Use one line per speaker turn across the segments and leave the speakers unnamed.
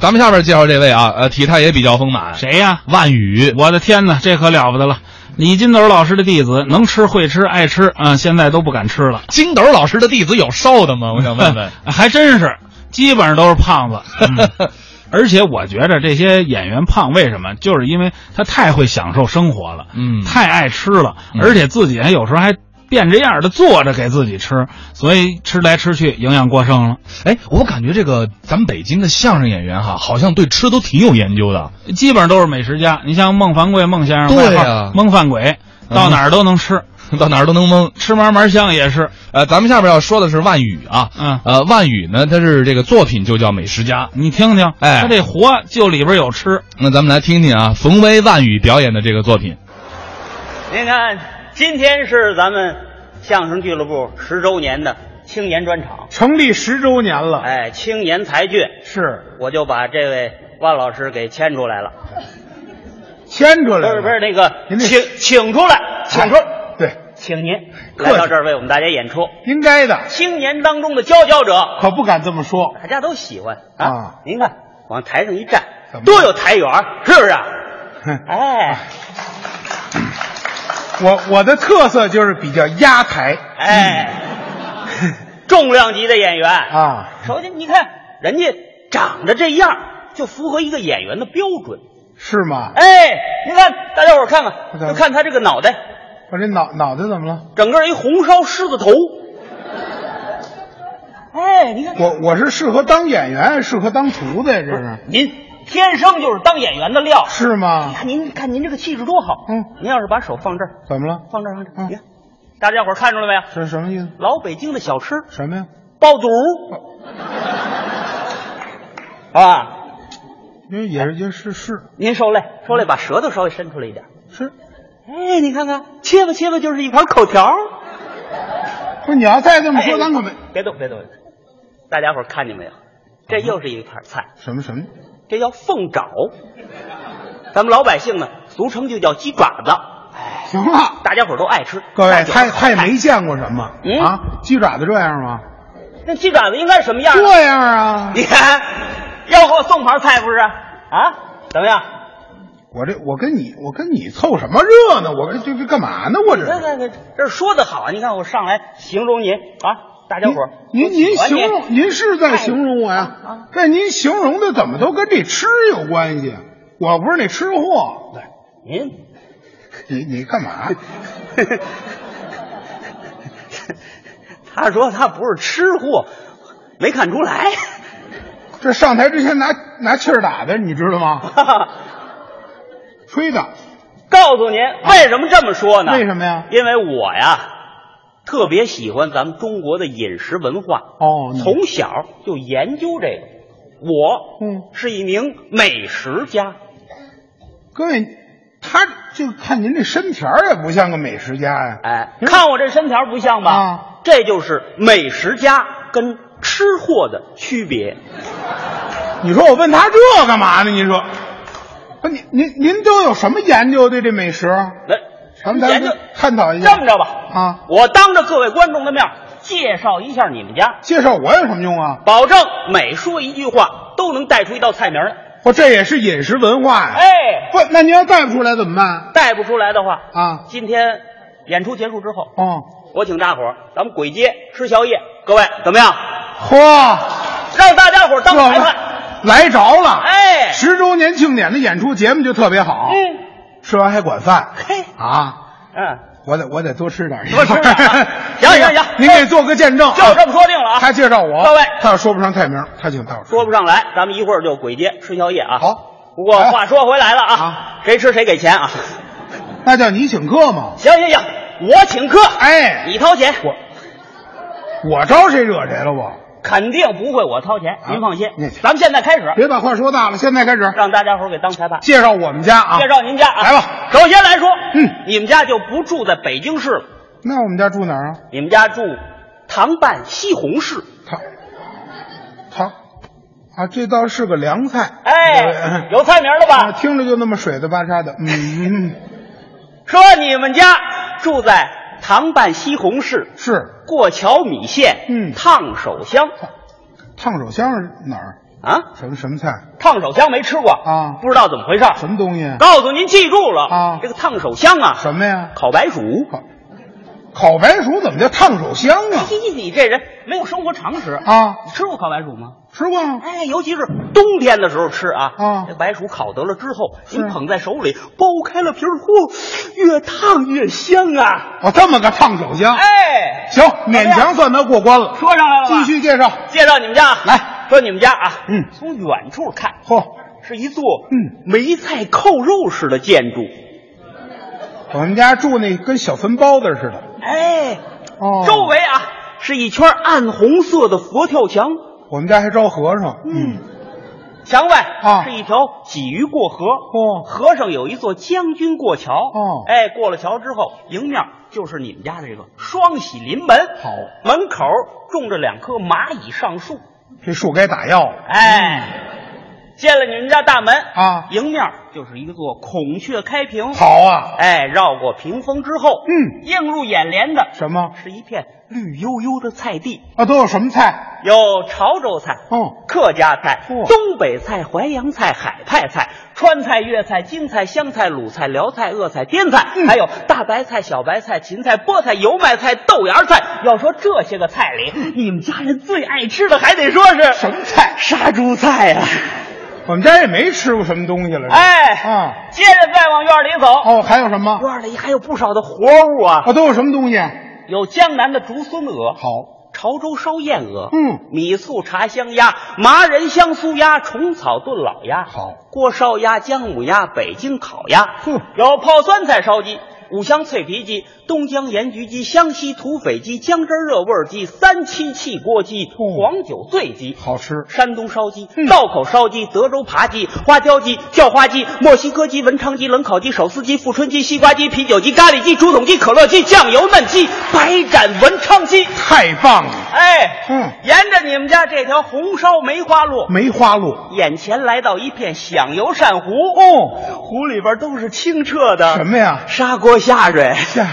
咱们下边介绍这位啊，呃，体态也比较丰满，
谁呀、
万宇，
我的天哪，这可了不得了！李金斗老师的弟子，能吃会吃爱吃啊、现在都不敢吃了。
金斗老师的弟子有瘦的吗？我想 问问。
还真是，基本上都是胖子。 嗯而且我觉着这些演员胖，为什么？就是因为他太会享受生活了，
嗯
太爱吃了，
嗯
而且自己还有时候还变着样的做着给自己吃，所以吃来吃去营养过剩了。
哎，我感觉这个咱们北京的相声演员哈，好像对吃都挺有研究的。
基本上都是美食家。你像孟凡贵孟先生，
对呀
外号孟饭鬼，
嗯
到哪儿都能吃，
到哪儿都能蒙。
吃嘛嘛香也是。
呃，咱们下边要说的是万宇啊，
嗯
呃，万宇呢，他是这个作品就叫《美食家》。
你听听，
哎
他这活就里边有吃，
那咱们来听听啊，冯威万宇表演的这个作品。
您看，今天是咱们相声俱乐部十周年的青年专场，
成立十周年了，
哎，青年才俊，
是
我就把这位万老师给牵出来了，
牵出
不
来
是
了，
不是那个，
您
请
这
请出来，请出来，
哎对，
请您
客气
来到这儿为我们大家演出，
应该的，
青年当中的佼佼者，
可不敢这么说。
大家都喜欢
啊
啊。您看，往台上一站
怎，么
多有台缘儿，是不是啊？
哼
哎
我我的特色就是比较压台
哎， 重量级的演员啊
啊，
首先你看人家长得这样，就符合一个演员的标准。
是吗？
哎，您看大家伙儿看看，
我看
就看他这个脑袋，
我这脑脑袋怎么了？
整个一红烧狮子头。哎，您看，
我我是适合当演员，适合当厨子呀，这是
您天生就是当演员的 料。
是
你
吗？
看您看您这个气质多好。
嗯，
您要是把手放这儿，
怎么了？
放这儿，放这儿，
嗯
你看，大家伙儿看出来没有？
这是什么意思？
老北京的小吃
什么呀？
爆肚。
嗯
啊，
因为也是也是是
您受累，受累，把舌头稍微伸出来一点。
是，
哎，你看看，切吧切吧，就是一盘口条儿。
不是你要再这么说，咱可没
哎别动别动，别动大家伙儿看见没有？这又是一盘菜，
什么什么
这叫凤爪。咱们老百姓呢，俗称就叫鸡爪子，
行了。
大家伙儿都爱吃。
各
大
位，
家
他他也没见过什么
哎嗯
啊，鸡爪子这样吗？
那鸡爪子应该是什么样啊？
这样啊，
你看，要给我送盘菜不是？啊，怎么样？
我这我跟你我跟你凑什么热闹？我跟这这干嘛呢？我这
这这这这说的好啊！你看我上来形容您啊，大家伙儿
您
都喜
您
欢
形
您
容您是在形容我
哎
呀
啊？
这您形容的怎么都跟这吃有关系？我不是那吃货，
您
你你干嘛？
他说他不是吃货，没看出来。
这上台之前拿拿气儿打的，你知道吗？吹的，
告诉您为什么这么说呢？
为什么呀？
因为我呀，特别喜欢咱们中国的饮食文化，
哦，你
从小就研究这个。我
嗯，
是一名美食家，
各位，他就看您这身条儿也不像个美食家呀。
哎，看我这身条不像吧？
嗯啊
这就是美食家跟吃货的区别。
你说我问他这干嘛呢？你说，不，您您您都有什么研究对这美食？
那
咱们咱
研究
们探讨一下
这么着吧，
啊
我当着各位观众的面儿介绍一下你们家，
介绍我有什么用啊？
保证每说一句话都能带出一道菜名儿来。
我这也是饮食文化呀。
哎，
不，那您要带不出来怎么办
带不出来的话，
啊？
今天演出结束之后，
哦，
我请大伙儿咱们鬼街吃宵夜，各位怎么样？
嚯，
让大家伙儿
这
当裁判。
来着了！
哎
十周年庆典的演出节目就特别好，
嗯，
吃完还管饭
嘿，
啊！
嗯，
我得我得多吃点，
多吃点啊 行行行哎
您给做个见证啊，
就这么说定了啊。
他介绍我，
各位
他要说不上菜名，他请到
说不上来，咱们一会儿就鬼街吃宵夜啊。
好
不过
哎
话说回来了啊
啊，
谁吃谁给钱啊。
那叫你请客嘛。
行行行，我请客，
哎
你掏钱，
我我招谁惹谁了？我
肯定不会我掏钱，您放心
那。
咱们现在开始，
啊别把话说大了，现在开始
让大家伙儿给当裁判，
介绍我们家啊。
介绍您家啊。
来吧，
首先来说，
嗯，
你们家就不住在北京市了，
那我们家住哪儿啊？
你们家住唐办西红柿。
他他啊，这倒是个凉菜。
哎，
有
有菜名了 吧？
听着就那么水的巴沙的。嗯，嗯
说你们家住在唐办西红柿，
是
过桥米线，
嗯
烫手香。
烫手香是哪儿？
啊，
什么什么菜？
烫手香没吃过
啊
不知道怎么回事儿。
什么东西？
告诉您，记住了
啊
这个烫手香啊，
什么呀？
烤白薯。
烤白薯怎么叫烫手香啊？
嘿，你这人没有生活常识！
啊，
你吃过烤白薯吗？
吃过啊
哎，尤其是冬天的时候吃啊，
啊
这白薯烤得了之后，
是
您捧在手里，剥开了皮儿，嚯，越烫越香啊！
哦，这么个烫手香，
哎，
行，勉强算他过关了。
说上来了吧，
继续介绍，
介绍你们家
来，
说你们家啊，
嗯
从远处看
嚯，
是一座
嗯
梅菜扣肉式的建筑，
我们家住那跟小坟包子似的。
哎，
哦
周围啊是一圈暗红色的佛跳墙，
我们家还招和尚。
嗯，墙外
啊
是一条鲫鱼过河，
哦
河上有一座将军过桥，
哦
哎，过了桥之后，迎面就是你们家的这个双喜临门，
好
门口种着两棵蚂蚁上树，
这树该打药了。
哎，进了你们家大门
啊
迎面就是一座孔雀开屏，
好啊，
哎，绕过屏风之后，
嗯，
映入眼帘的
什么
是一片绿油油的菜地，
啊？都有什么菜？
有潮州菜。
哦，
客家菜、
嚯
东北菜、淮扬菜、海派菜、川菜、粤菜、京菜、湘菜、鲁菜、辽菜、鄂菜、滇菜，
嗯
还有大白菜、小白菜、芹菜、菠菜、油麦菜、豆芽菜。要说这些个菜里，你们家人最爱吃的，还得说是
嗯什么菜啊
杀猪菜呀、
我们家也没吃过什么东西了。是吧
哎，
啊，
接着再往院里走，
哦，还有什么？
院里还有不少的活物啊，
啊，都有什么东西？
有江南的竹荪鹅，
好，
潮州烧燕鹅，
嗯，
米醋茶香鸭、麻仁香酥鸭、虫草炖老鸭，
好，
锅烧鸭、姜母鸭、北京烤鸭，
哼
有泡酸菜烧鸡、五香脆皮鸡、东江盐焗鸡、湘西土匪鸡、姜汁热味儿鸡、三七汽锅鸡、
哦
黄酒醉鸡。
好吃。
山东烧鸡、
嗯
道口烧鸡、德州扒鸡、花椒鸡、叫花鸡、墨西哥鸡、文昌鸡、冷烤鸡、手撕鸡、富春鸡、西瓜鸡、啤酒鸡、咖喱鸡、竹筒鸡、可乐鸡、酱油嫩鸡、白斩文昌鸡。
太棒了！
哎，
嗯
沿着你们家这条红烧梅花路，
梅花鹿
眼前来到一片响油扇湖，
哦，
湖里边都是清澈的
什么呀？
砂锅下水。
下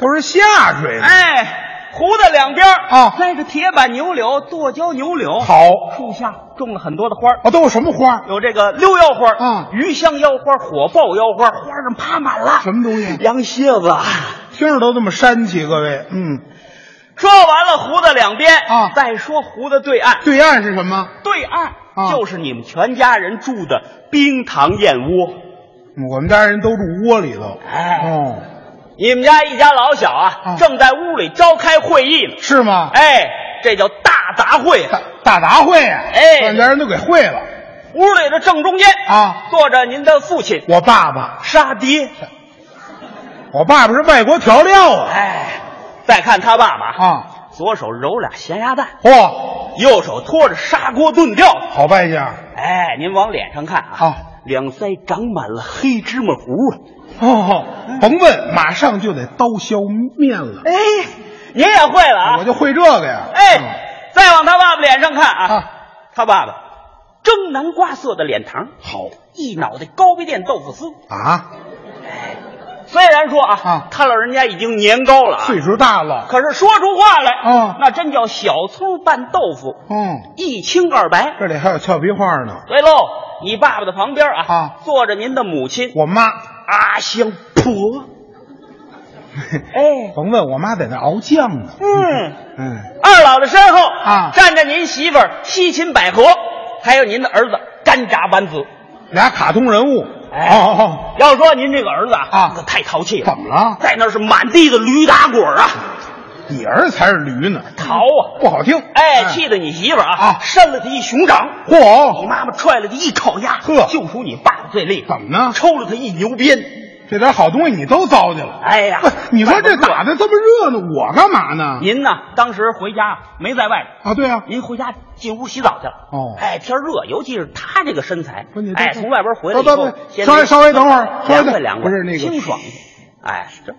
都是下水的。
哎，湖的两边
啊
栽着铁板牛柳、剁椒牛柳，
好，
树下种了很多的花儿
啊，都有什么花？
有这个溜腰花，
啊
鱼香腰花、火爆腰花，花上爬满了
什么东西？啊
羊蝎子。
听着都这么煽气，各位。嗯，
说完了湖的两边
啊
再说湖的对岸，
对岸是什么？
对岸
啊
就是你们全家人住的冰糖燕窝。
嗯我们家人都住窝里头。
哎
哦，
你们家一家老小啊
啊，
正在屋里召开会议呢。
是吗？
哎，这叫大杂烩啊。
大大杂烩呀！
哎
我们家人都给会了。
屋里的正中间
啊，
坐着您的父亲
我爸爸，
沙爹。
我爸爸是外国调料啊。
哎，再看他爸爸，
啊，
左手揉俩咸鸭蛋，
嚯，
右手托着砂锅炖吊。
好啊败家。
哎，您往脸上看啊，
啊
两腮长满了黑芝麻糊啊。
哦，甭问，马上就得刀削面了。
哎，您也会了啊？
我就会这个呀。嗯，
哎，再往他爸爸脸上看啊，
啊
他爸爸蒸南瓜色的脸膛，
好
一脑袋高碑店豆腐丝。
啊，
虽然说啊，
啊
他老人家已经年高了啊，
岁数大了。
可是说出话来
啊
那真叫小葱拌豆腐，
嗯，
一清二白。
这里还有俏皮话呢。
对喽，你爸爸的旁边啊，
啊
坐着您的母亲
我妈，
阿香婆。哎，
甭问，我妈在那熬酱呢。
嗯，
嗯，
二老的身后
啊
站着您媳妇儿西芹百合，还有您的儿子干炸丸子。
俩卡通人物。
哎
哦哦，
要说您这个儿子啊，
啊
那太淘气
哦
了
怎，么嗯了？
在那儿是满地的驴打滚儿啊，
你儿子才是驴呢，
淘啊！
不好听。
哎，气得你媳妇儿啊
嗯啊，
扇了他一熊掌，你
嚯，
妈妈踹了他一烤鸭，
呵
就属你爸爸最厉害，
怎么呢？
抽了他一牛鞭。
这点好东西你都糟践了。
哎呀
不，你说这打的这么热闹，我干嘛呢？
您呢，当时回家没在外边。
啊，对啊，
您回家进屋洗澡去了。
哦
哎，天热，尤其是他这个身材
不是你，
哎，
这
从外边回来以
不
后
不不，
先
稍微稍微等会儿稍微
凉
等
快凉快，
不是那个
清爽。哎，这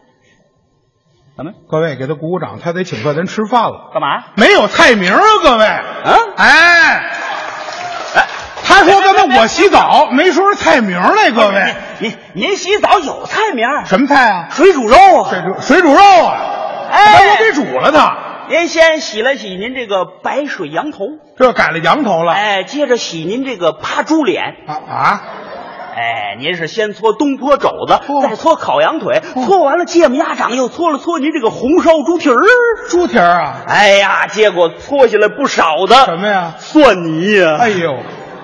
怎么
各位给他鼓鼓掌，他得请客，咱吃饭了。
干嘛？
没有菜名啊，各位。
啊
哎，
哎，
他说刚才我洗澡，没说是菜名来，各位。
您您洗澡有菜名儿？
什么菜啊？
水煮肉啊！
水煮水煮肉啊！
哎
他我给煮了他。
您先洗了洗您这个白水羊头，
这改了羊头了。
哎，接着洗您这个趴猪脸，
啊啊！
哎，您是先搓东搓肘子，
哦
再搓烤羊腿，搓完了芥末鸭掌，又搓了搓您这个红烧猪蹄儿。
猪蹄儿啊？
哎呀，结果搓下来不少
什
的
么呀？
蒜泥呀、
哎呦，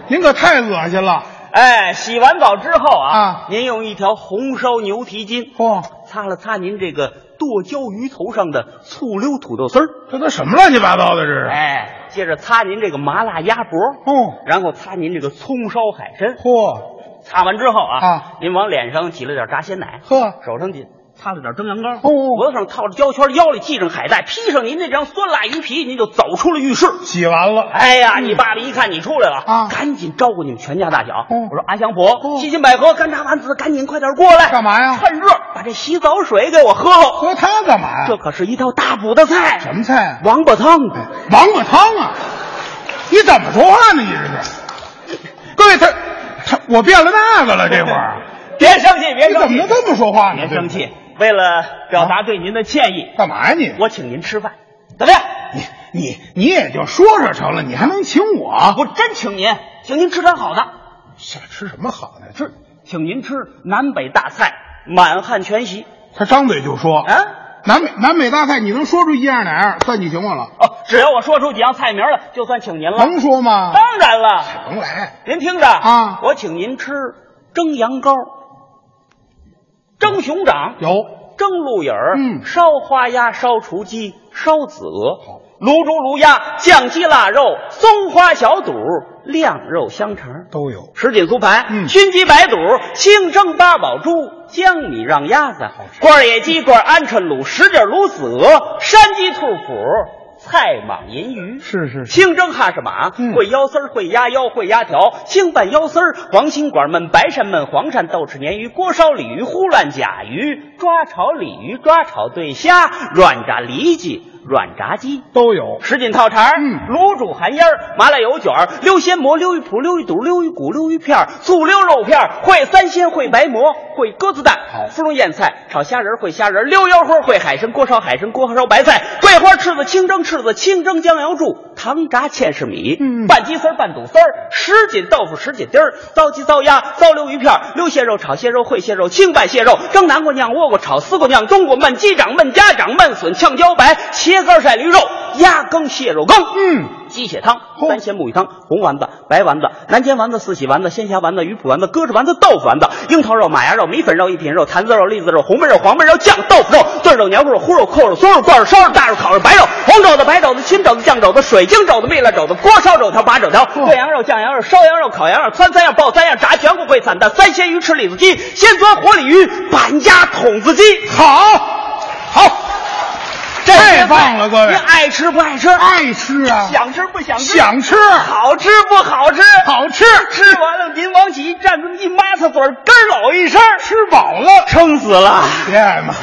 您可太恶心了！
哎，洗完澡之后啊，
啊
您用一条红烧牛蹄筋
嚯、
擦了擦您这个剁椒鱼头上的醋溜土豆丝儿，
这都什么乱七八糟的这是？
哎，接着擦您这个麻辣鸭脖，
哦，
然后擦您这个葱烧海参。
嚯，
擦完之后啊，
啊
您往脸上挤了点炸鲜奶，
呵，
手上挤擦了点蒸羊羔，
哦哦
脖子上套着胶圈，腰里系上海带，披上您那张酸辣鱼皮，您就走出了浴室。
洗完了。
哎呀，你爸爸一看你出来了，
嗯啊
赶紧招呼你们全家大小。
哦
我说阿香婆，
哦
七斤百合，干炸丸子，赶紧快点过来，
干嘛呀
趁热把这洗澡水给我喝了，
喝它干嘛呀？
这可是一道大补的菜，
什么菜啊？
王八汤。
王八汤啊！你怎么说话呢？你这是？各位，他他我变了那个了，这会儿
别生气，别
你
生气，
怎么能这么说话呢？
哎别生气。为了表达对您的歉意，
干嘛呀你？
我请您吃饭，怎么样？
你你也就说说成了，你还能请我？
我真请您，请您吃点好的，
这吃什么好呢？这
请您吃南北大菜，满汉全席
他张嘴就说
啊！
南美南北大菜，你能说出一样哪样，算你请我了。
哦，只要我说出几样菜名来，就算请您了。
能说吗？
当然了，
能来
您听着
啊
我请您吃蒸羊羔、蒸熊掌、
有
蒸鹿尾儿、
嗯
烧花鸭、烧雏鸡、烧子鹅、卤猪、卤鸭、酱鸡、腊肉、松花小肚、晾肉香肠。
都有，
什锦酥盘、
嗯
熏鸡白肚、清蒸八宝猪、江米让鸭子、罐野鸡、罐鹌鹑卤、什锦卤子鹅、山鸡兔脯、菜蟒银鱼。
是是是，
清蒸哈士马，
嗯
烩腰丝儿、烩鸭腰、烩鸭条，清拌腰丝儿，黄心管焖白鳝焖黄鳝，豆豉鲶鱼，锅烧鲤鱼，呼乱甲鱼，抓炒鲤鱼，抓炒对虾，软炸里脊，软炸鸡。
都有。
什锦套肠儿、
嗯
卤煮寒烟儿、麻辣油卷儿、溜鲜蘑、溜鱼脯、溜鱼肚、溜鱼骨、溜鱼片儿、醋溜肉片儿、烩三鲜、烩白馍、烩鸽子蛋、芙蓉燕菜、炒虾仁儿、烩虾仁儿、溜腰花、烩海参、锅烧海参、锅烧白菜、桂花翅子、清蒸翅子、清蒸江瑶柱、糖炸芡实米、
嗯
拌鸡丝儿、拌肚丝儿、什锦豆腐、什锦丁儿、糟鸡、糟鸭、糟溜鱼片儿、溜蟹肉、炒蟹肉、烩蟹肉、清拌蟹肉、蒸南瓜、酿倭瓜、炒丝瓜、酿冬瓜、焖鸡掌、焖家掌、焖笋、炝茭白、茄干晒驴肉、鸭羹、蟹肉羹。
嗯，
鸡血汤、
哦
番茄木鱼汤、红丸子、白丸子、南煎丸子、四喜丸子、鲜虾丸子、鱼脯丸子、鸽子丸子、豆腐丸子、樱桃肉、马牙肉、米粉肉、一品肉、坛子肉、栗子肉、红焖肉、黄焖肉、酱豆腐肉、炖肉、牛肉、烀肉、扣肉、松肉、灌肉、烧肉、大肉、烤肉、白肉、红肘子、白肘子、青肘子、酱肘子、水晶肘子、蜜蜡肘子、锅烧肘条、把肘条、炖羊肉、酱羊肉、烧羊肉、烤羊肉、汆三样、爆三样、炸全骨烩散蛋、三鲜鱼、吃李子鸡、鲜钻活鲤鱼、板鸭、筒子鸡。
好，好，太棒了，各位
您，爱吃不爱吃？
爱吃啊，
想吃不想吃？
想吃，
好吃不好吃？
好吃，
吃完了，您往起一站，这么一抹擦嘴儿，咯儿老一声，
吃饱了，
撑死了。
别嘛。